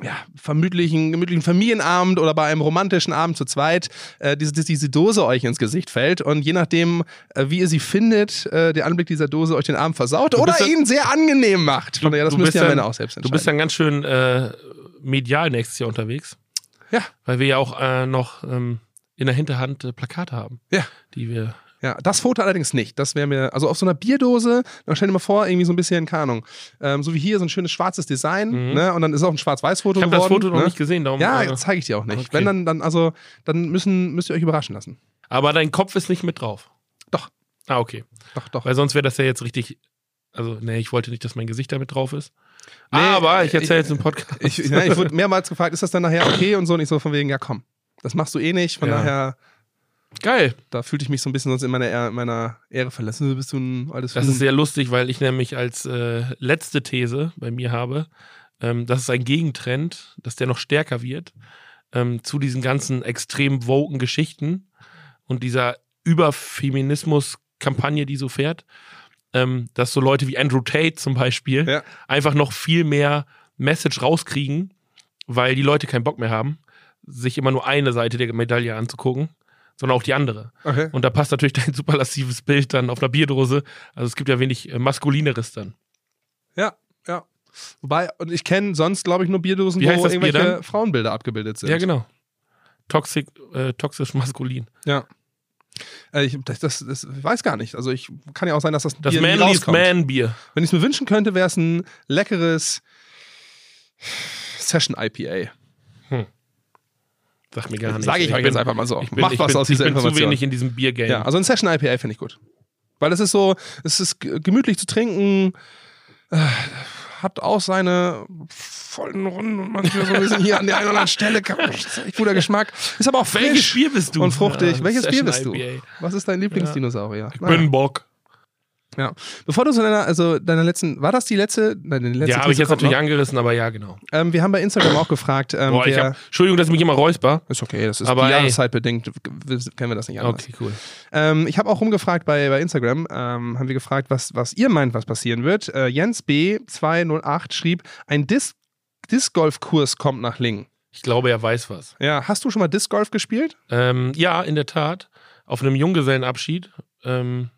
ja, vermutlichen, gemütlichen Familienabend oder bei einem romantischen Abend zu zweit äh, diese, diese- diese Dose euch ins Gesicht fällt und je nachdem, äh, wie ihr sie findet, äh, der Anblick dieser Dose euch den Abend versaut oder
bist dann-
ihn sehr angenehm macht. Von daher, das
du
müsst
bist
ihr am
dann-
Ende auch selbst
Du
entscheiden.
bist dann ganz schön äh, medial nächstes Jahr unterwegs.
Ja.
Weil wir ja auch äh, noch ähm, in der Hinterhand äh, Plakate haben.
Ja.
Die wir.
Ja, das Foto allerdings nicht. Das wäre mir, also auf so einer Bierdose, dann stell dir mal vor, irgendwie so ein bisschen, keine Ahnung, ähm, so wie hier so ein schönes schwarzes Design,
Mhm.
ne? Und dann ist auch ein Schwarz-Weiß-Foto
Ich habe
geworden.
das Foto noch
ne?
nicht gesehen, darum.
Ja,
äh,
das zeige ich dir auch nicht.
Okay.
Wenn dann, dann, also, dann müssen, müsst ihr euch überraschen lassen.
aber dein Kopf ist nicht mit drauf.
Doch.
Ah, okay.
Doch, doch.
Weil sonst wäre das ja jetzt richtig. Also, nee, ich wollte nicht, dass mein Gesicht damit drauf ist.
Nee,
aber ich
äh,
erzähle
ich-
jetzt im Podcast.
Ich,
*laughs*
ne, ich wurde mehrmals gefragt, ist das dann nachher okay und so, und ich so von wegen, ja komm, das machst du eh nicht, von
Ja.
daher,
Geil.
da fühlte ich mich so ein bisschen sonst in meiner, Ehre- in meiner Ehre verlassen. Bist du ein altes
Das
Huhn.
ist sehr lustig, weil ich nämlich als äh, letzte These bei mir habe, ähm, dass es ein Gegentrend, dass der noch stärker wird ähm, zu diesen ganzen extrem woken Geschichten und dieser Überfeminismus-Kampagne, die so fährt, ähm, dass so Leute wie Andrew Tate zum Beispiel
Ja.
einfach noch viel mehr Message rauskriegen, weil die Leute keinen Bock mehr haben, sich immer nur eine Seite der Medaille anzugucken, sondern auch die andere.
okay.
Und da passt natürlich *laughs* dein superlassives Bild dann auf einer Bierdose. Also es gibt ja wenig äh, maskulineres dann.
Ja, ja. Wobei, und ich kenne sonst, glaube ich, nur Bierdosen,
Wie
wo
heißt das Bier
irgendwelche
dann?
Frauenbilder abgebildet sind.
Ja, genau. Toxic, äh, toxisch maskulin.
Äh, ich, das, das, das ich weiß gar nicht. Also ich kann ja auch sein, dass das,
Das
Bier nie
Manly's
rauskommt.
Man Bier.
Wenn ich es mir wünschen könnte, wäre es ein leckeres Session IPA.
Sag mir gar nicht.
Sage ich, euch jetzt
bin-
einfach mal so.
Ich bin,
Macht
ich
was
bin,
aus dieser
ich bin zu
Information.
wenig in diesem Biergame.
ja, also ein Session IPA finde ich gut. Weil es ist so, es ist g- gemütlich zu trinken, äh, hat auch seine vollen Runden und manchmal so ein bisschen hier an der einen oder anderen Stelle. kann man- Echt guter Geschmack. Ist aber auch
Welches
frisch
Bier bist du?
und fruchtig.
Ja,
Welches Bier
Session
bist du?
IPA.
Was ist dein Lieblingsdinosaurier?
Ich
Naja.
bin Bock.
Bevor du zu deiner, also deiner letzten, war das die letzte? Nein, die letzte
Ja, habe ich
These
jetzt
kommt
natürlich
noch.
angerissen, aber ja, genau.
Ähm, wir haben bei Instagram auch gefragt, ähm,
Boah, ich
wer,
hab, Entschuldigung, dass ich mich immer räusper.
ist okay, das ist
Aber
die
ey.
Jahreszeit bedingt, w- kennen wir das nicht anders.
Okay, cool.
Ähm, ich habe auch rumgefragt bei, bei Instagram, ähm, haben wir gefragt, was, was ihr meint, was passieren wird. Äh, Jens B208 schrieb, ein Disc Disc-Golf-Kurs kommt nach Lingen.
Ich glaube, er weiß was.
Ja, hast du schon mal Disc-Golf gespielt?
Ähm, ja, in der Tat. Auf einem Junggesellenabschied.
*laughs*
Ähm,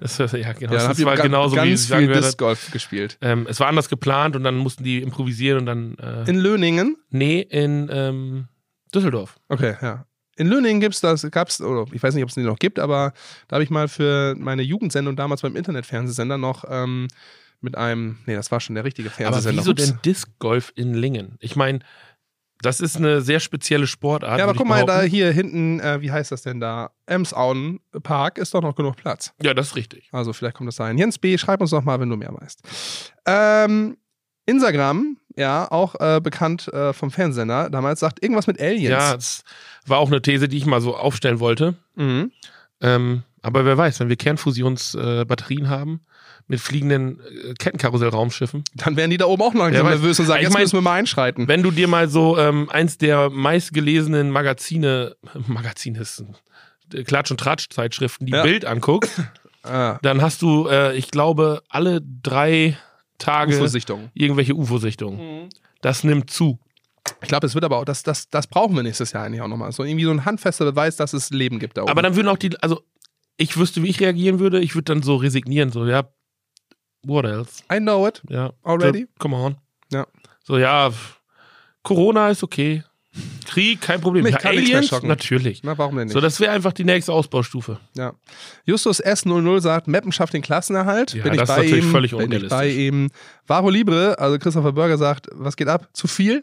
das, war- ja, genau. das
dann
war
ga-
genauso, wie
ganz
ich sagen
viel
würde.
Disc-Golf gespielt.
Ähm, es war anders geplant und dann mussten die improvisieren und dann. Äh,
In Löningen
nee, in ähm, Düsseldorf.
Okay, ja. In Löningen gibt's das, gab's, oder ich weiß nicht, ob es die noch gibt, aber da habe ich mal für meine Jugendsendung damals beim Internetfernsehsender noch ähm, mit einem, nee, das war schon der richtige
Aber
Fernsehsender.
wieso
Ups.
denn Disc-Golf in Lingen? Ich meine, das ist eine sehr spezielle Sportart.
Ja, aber
würd ich
guck mal, da
behaupten.
hier hinten, äh, wie heißt das denn da? Emsauen Park ist doch noch genug Platz.
Ja, das ist richtig.
Also vielleicht kommt das da hin. Jens B., schreib uns doch mal, wenn du mehr weißt. Ähm, Instagram, ja, auch äh, bekannt äh, vom Fernsehsender damals, sagt irgendwas mit Aliens.
Ja, es war auch eine These, die ich mal so aufstellen wollte.
Mhm.
Ähm, aber wer weiß, wenn wir Kernfusionsbatterien äh, Batterien haben mit fliegenden äh, Kettenkarussell-Raumschiffen,
Dann werden die da oben auch langsam
Wer weiß.
nervös und sagen,
Ich
jetzt
mein-
müssen wir mal einschreiten.
*laughs* Wenn du dir mal so ähm, eins der meistgelesenen Magazine, *laughs* Magazine ist ein- Klatsch- und Tratsch-Zeitschriften, die
Ja.
Bild anguckst,
Ah,
dann hast du, äh, ich glaube, alle drei Tage
Vorsichtung.
irgendwelche UFO-Sichtungen. Das nimmt zu.
Ich glaube, es wird aber auch, das, das, das brauchen wir nächstes Jahr eigentlich auch nochmal. So irgendwie so ein handfester Beweis, dass es Leben gibt da oben.
Aber dann würden auch die, also ich wüsste, wie ich reagieren würde, ich würde dann so resignieren, so, ja, what else?
I know it.
Ja.
Already?
So, come on.
Ja.
So, ja, pff, Corona ist okay. Krieg, kein Problem.
Mich
Na,
kann nichts mehr
Aliens,
schocken.
natürlich.
Na, warum denn nicht?
So, das wäre einfach die nächste Ausbaustufe.
Ja. Justus S00 sagt, Meppen schafft den Klassenerhalt.
Ja,
bin ich
das ist
bei
natürlich
ihm.
völlig
bin ich
unrealistisch.
bei ihm. Varo Libre, also Christopher Burger sagt, was geht ab? Zu
*laughs*
viel.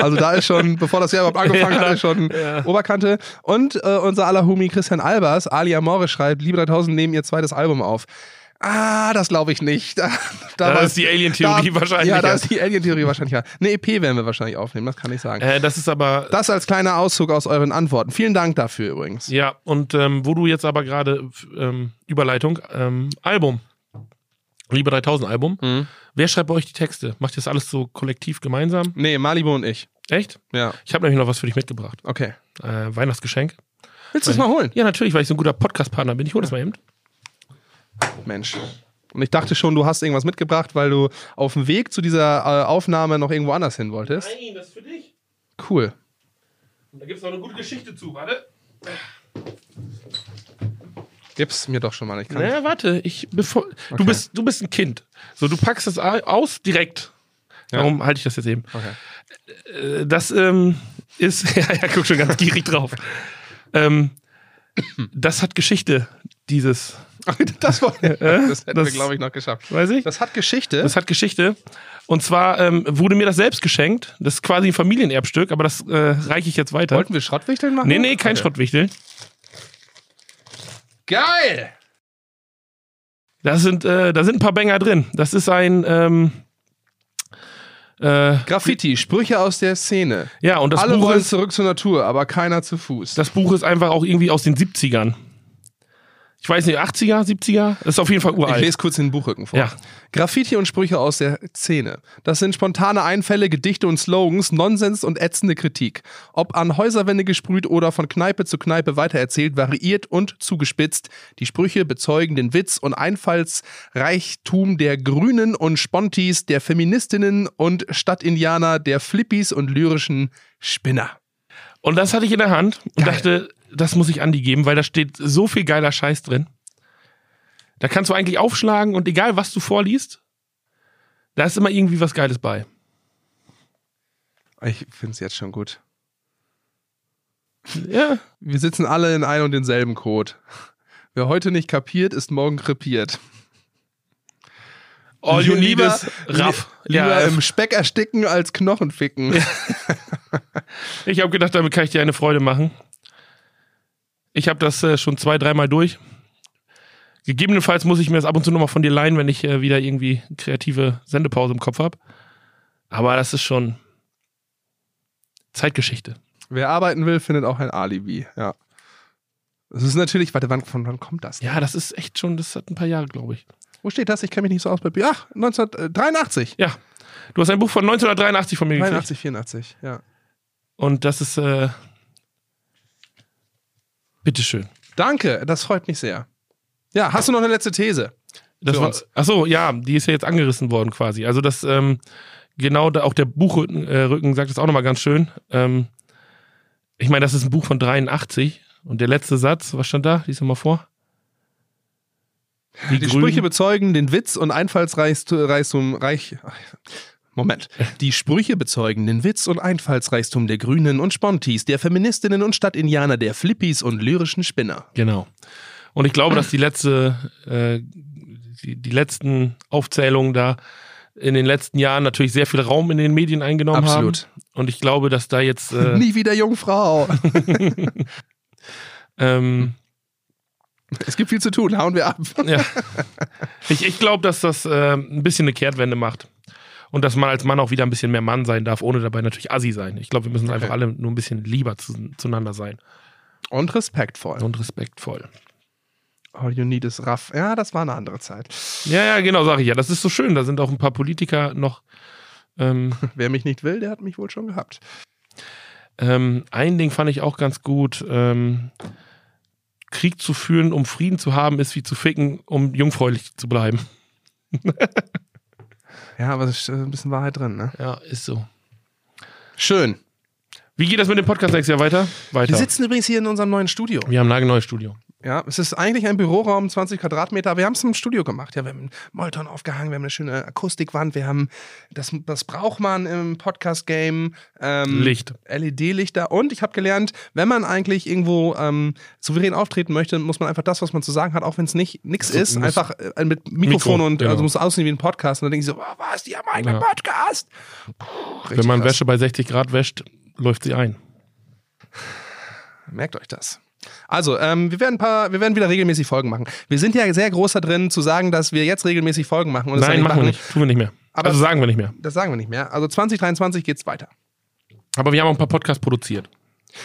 also da ist schon, bevor das Jahr überhaupt angefangen hat, ist schon Oberkante. Und äh, unser aller Homie Christian Albers, Alia More schreibt, Liebe 3000 nehmen ihr zweites Album auf. Ah, das glaube ich nicht. *laughs* Da,
Da
war-
ist die Alien-Theorie
da-
wahrscheinlicher.
Ja, da ist die Alien-Theorie wahrscheinlich. Eine EP werden wir wahrscheinlich aufnehmen, das kann ich sagen.
Äh, das ist aber.
Das als kleiner Auszug aus euren Antworten. Vielen Dank dafür übrigens.
ja, und ähm, wo du jetzt aber gerade f- ähm, Überleitung, ähm, Album. Liebe 3000 Album.
Mhm.
Wer schreibt bei euch die Texte? Macht ihr das alles so kollektiv gemeinsam?
Nee, Malibu und ich.
Echt?
Ja,
Ich habe nämlich noch was für dich mitgebracht.
okay.
Äh, Weihnachtsgeschenk.
Willst du es mal holen?
Ja, natürlich, weil ich so ein guter Podcast-Partner bin. Ich hole das mal eben.
Mensch. Und ich dachte schon, du hast irgendwas mitgebracht, weil du auf dem Weg zu dieser äh, Aufnahme noch irgendwo anders hin wolltest.
Nein, das ist für dich.
Cool.
Da gibt es noch eine gute Geschichte zu, warte.
Gib's mir doch schon mal. Ich kann
Na, warte, ich bevor du bist du bist ein Kind. So du packst das a- aus direkt.
Ja.
Warum halte ich das jetzt eben?
Okay.
Äh, Das ähm, ist *laughs* ja, ja, guck schon ganz gierig drauf. Ähm, das hat Geschichte dieses,
*laughs*
äh,
Das, war, das
*laughs*
hätten wir,
das-
glaube ich, noch geschafft.
weiß ich?
Das hat Geschichte.
Das hat Geschichte. Und zwar ähm, wurde mir das selbst geschenkt. Das ist quasi ein Familienerbstück, aber das äh, reiche ich jetzt weiter.
Wollten wir Schrottwichteln machen? Äh,
nee, nee, kein
Okay.
Schrottwichtel.
Geil!
Da sind, äh, da sind ein paar Bänger drin. Das ist ein, ähm, äh,
Graffiti, Sprüche aus der Szene.
ja, und das
Alle
Buch,
wollen
ist,
zurück zur Natur, aber keiner zu Fuß.
das Buch ist einfach auch irgendwie aus den 70ern. Ich weiß nicht, 80er, 70er? Das ist auf jeden Fall
ich
uralt.
lese kurz den Buchrücken vor.
ja.
Graffiti und Sprüche aus der Szene. Das sind spontane Einfälle, Gedichte und Slogans, Nonsens und ätzende Kritik. Ob an Häuserwände gesprüht oder von Kneipe zu Kneipe weitererzählt, variiert und zugespitzt. Die Sprüche bezeugen den Witz und Einfallsreichtum der Grünen und Spontis, der Feministinnen und Stadtindianer, der Flippis und lyrischen Spinner.
Und das hatte ich in der Hand und dachte, das muss ich Andi geben, weil da steht so viel geiler Scheiß drin. Da kannst du eigentlich aufschlagen und egal was du vorliest, da ist immer irgendwie was Geiles bei.
Ich finde es jetzt schon gut.
Ja.
Wir sitzen alle in ein und denselben Code. Wer heute nicht kapiert, ist morgen krepiert.
All you need
Lieber-
is Raff.
Lieber
Ja,
im Speck ersticken als Knochen ficken.
ich habe gedacht, damit kann ich dir eine Freude machen. Ich habe das äh, schon zwei, dreimal durch. Gegebenenfalls muss ich mir das ab und zu nochmal von dir leihen, wenn ich äh, wieder irgendwie kreative Sendepause im Kopf habe. Aber das ist schon Zeitgeschichte.
Wer arbeiten will, findet auch ein Alibi. Ja. Das ist natürlich, warte, wann, von wann kommt das?
Ja, das ist echt schon, das hat ein paar Jahre, glaube ich.
Wo steht das? Ich kenne mich nicht so aus bei Bi- Ach, äh, 1983.
Ja. Du hast ein Buch von 1983 von mir gekriegt.
83, 84, ja.
Und das ist, äh, bitteschön.
Danke, das freut mich sehr. Ja, hast du noch eine letzte These?
Das
Für
war,
uns.
ach so, ja, die ist ja jetzt angerissen worden quasi. Also das, ähm, genau, da, auch der Buchrücken äh, Rücken sagt das auch nochmal ganz schön. Ähm, ich meine, das ist ein Buch von 83. Und der letzte Satz, was stand da? Lies nochmal vor.
Die,
Grünen-
Sprüche bezeugen den Witz und Einfallsreichtum. Reich, Moment. Die Sprüche bezeugen den Witz und Einfallsreichtum der Grünen und Spontis, der Feministinnen und Stadtindianer, der Flippis und lyrischen Spinner.
Genau. Und ich glaube, dass die letzte, äh, die, die letzten Aufzählungen da in den letzten Jahren natürlich sehr viel Raum in den Medien eingenommen
Absolut.
haben. Und ich glaube, dass da
*laughs*
jetzt äh,
Nie wieder
*laughs*
Jungfrau.
ähm,
Es gibt viel zu tun, hauen wir ab.
ja. ich, ich glaube, dass das äh, ein bisschen eine Kehrtwende macht. Und dass man als Mann auch wieder ein bisschen mehr Mann sein darf, ohne dabei natürlich Assi sein. Ich glaube, wir müssen einfach alle nur ein bisschen lieber zu, zueinander sein
Und respektvoll.
und respektvoll.
All you need is rough. Ja, das war eine andere Zeit.
Ja, ja, genau, sage ich ja. Das ist so schön. Da sind auch ein paar Politiker noch *laughs* ähm,
Wer mich nicht will, der hat mich wohl schon gehabt.
Ähm, ein Ding fand ich auch ganz gut. Ähm, Krieg zu führen, um Frieden zu haben, ist wie zu ficken, um jungfräulich zu bleiben.
Ja, aber es ist äh, ein bisschen Wahrheit drin, ne?
Ja, ist so.
Schön.
Wie geht das mit dem Podcast nächstes Jahr weiter? Weiter.
Wir sitzen übrigens hier in unserem neuen Studio.
Wir haben ein nagelneues Studio.
Ja, es ist eigentlich ein Büroraum, 20 Quadratmeter. Wir haben es im Studio gemacht. Ja, wir haben einen Molton aufgehangen, wir haben eine schöne Akustikwand, wir haben das, das braucht man im Podcast-Game. Ähm,
Licht.
LED-Lichter. Und ich habe gelernt, wenn man eigentlich irgendwo ähm, souverän auftreten möchte, muss man einfach das, was man zu sagen hat, auch wenn es nicht nix ist,
muss-
einfach äh, mit Mikrofon
Mikro,
und
genau.
also muss es aussehen wie ein Podcast. Und dann denke ich so, oh, was, die haben einen eigenen
Ja.
Podcast. Puh, richtig
Wenn man
krass.
Wäsche bei 60 Grad wäscht, läuft sie ein.
Merkt euch das. Also, ähm, wir, werden ein paar, wir werden wieder regelmäßig Folgen machen. Wir sind ja sehr groß da drin, zu sagen, dass wir jetzt regelmäßig Folgen machen. Und das
Nein,
eigentlich
machen wir nicht. Tun wir nicht mehr.
Aber-
also sagen wir nicht mehr.
Das sagen wir nicht mehr. Also 2023 geht's weiter.
Aber wir haben auch ein paar Podcasts produziert.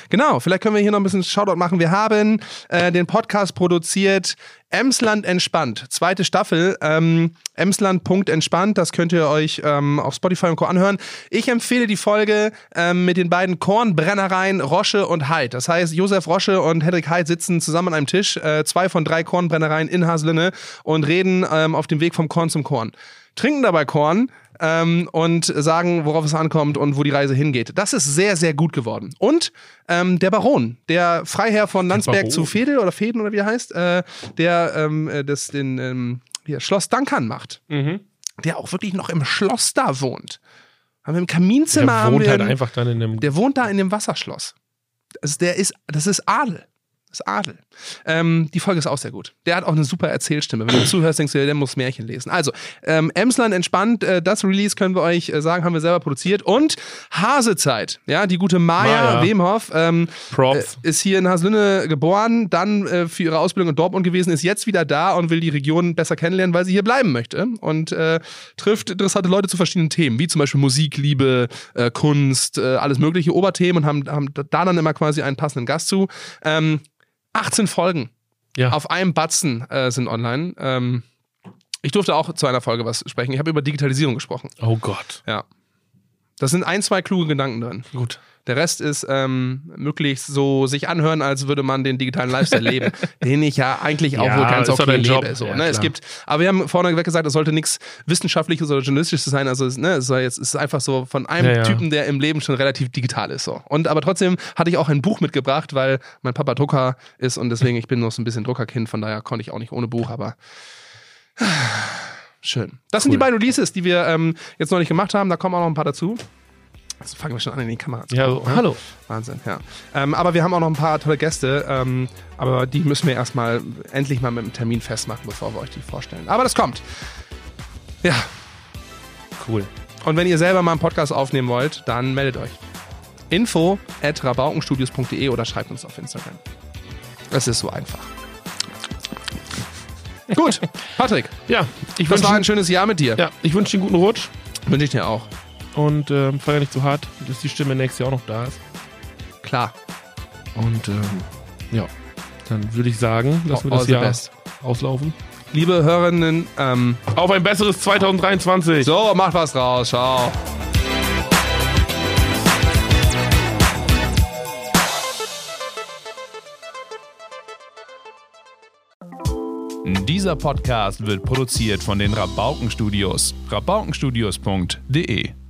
Genau, vielleicht können wir hier noch ein bisschen Shoutout machen. Wir haben äh, den Podcast produziert Emsland entspannt, zweite Staffel. Ähm, Emsland.entspannt, das könnt ihr euch ähm, auf Spotify und Co. anhören. Ich empfehle die Folge ähm, mit den beiden Kornbrennereien Rosche und Heid. Das heißt, Josef Rosche und Hedrick Heid sitzen zusammen an einem Tisch, äh, zwei von drei Kornbrennereien in Haslinne und reden ähm, auf dem Weg vom Korn zum Korn. Trinken dabei Korn, ähm, und sagen, worauf es ankommt und wo die Reise hingeht. Das ist sehr, sehr gut geworden. Und ähm, der Baron, der Freiherr von Landsberg
Baron.
zu Fedel oder Feden oder wie er heißt, äh, der ähm, äh, das den ähm, hier, Schloss Duncan macht,
Mhm.
der auch wirklich noch im Schloss da wohnt. Haben wir im
Der
Kaminzimmer haben
wohnt
wir
halt
einen-
einfach dann in einem.
Ähm, der wohnt da in dem Wasserschloss. Also der ist, das ist Adel. Das ist Adel. Ähm, die Folge ist auch sehr gut. Der hat auch eine super Erzählstimme. Wenn du zuhörst, denkst du, dir, der muss Märchen lesen. Also, ähm, Emsland entspannt, äh, das Release können wir euch äh, sagen, haben wir selber produziert. Und Hasezeit, ja, die gute Maya,
Maya.
Wemhoff, ähm,
Props.
äh, ist hier in Haslünne geboren, dann äh, für ihre Ausbildung in Dortmund gewesen, ist jetzt wieder da und will die Region besser kennenlernen, weil sie hier bleiben möchte und äh, trifft interessante Leute zu verschiedenen Themen, wie zum Beispiel Musik, Liebe, äh, Kunst, äh, alles mögliche Oberthemen und haben, haben da dann immer quasi einen passenden Gast zu. Ähm, 18 Folgen
ja.
auf einem Batzen äh, sind online. Ähm, ich durfte auch zu einer Folge was sprechen. Ich habe über Digitalisierung gesprochen.
oh Gott.
Ja. Da sind ein, zwei kluge Gedanken drin.
Gut.
Der Rest ist ähm, möglichst so sich anhören, als würde man den digitalen Lifestyle
*laughs*
leben, den ich ja eigentlich auch
Ja,
wohl ganz
ist doch
okay
dein Job.
lebe. So,
Ja,
ne? Es
klar.
gibt, aber wir haben vorneweg gesagt, es sollte nichts Wissenschaftliches oder Journalistisches sein. Also es- ne, es soll jetzt es ist einfach so von einem
Ja, ja.
Typen, der im Leben schon relativ digital ist. So. Und aber trotzdem hatte ich auch ein Buch mitgebracht, weil mein Papa Drucker ist und deswegen ich bin noch so ein bisschen Druckerkind. Von daher konnte ich auch nicht ohne Buch, aber schön. Das sind
Cool.
die beiden Releases, die wir ähm, jetzt noch nicht gemacht haben. Da kommen auch noch ein paar dazu. Jetzt fangen wir schon an in die Kamera. zu
Ja,
gucken,
so,
ne?
hallo.
Wahnsinn, ja. Ähm, aber wir haben auch noch ein paar tolle Gäste, ähm, aber die müssen wir erstmal endlich mal mit einem Termin festmachen, bevor wir euch die vorstellen. Aber das kommt. Ja,
Cool.
und wenn ihr selber mal einen Podcast aufnehmen wollt, dann meldet euch. Info at rabaukenstudios.de oder schreibt uns auf Instagram. Es ist so einfach. Gut, Patrick,
Ja, ich
das
wünsche
war ein schönes Jahr mit dir.
ja, ich wünsche dir einen guten Rutsch
Wünsche ich dir auch.
und ähm, feier nicht zu hart, dass die Stimme nächstes Jahr auch noch da ist.
Klar.
Und ähm, ja, dann würde ich sagen, lassen wir
All
das
the
Jahr
best.
auslaufen.
Liebe Hörerinnen, ähm,
Auf ein besseres 2023.
so, macht was draus. Ciao.
Dieser Podcast wird produziert von den Rabaukenstudios. Rabaukenstudios.de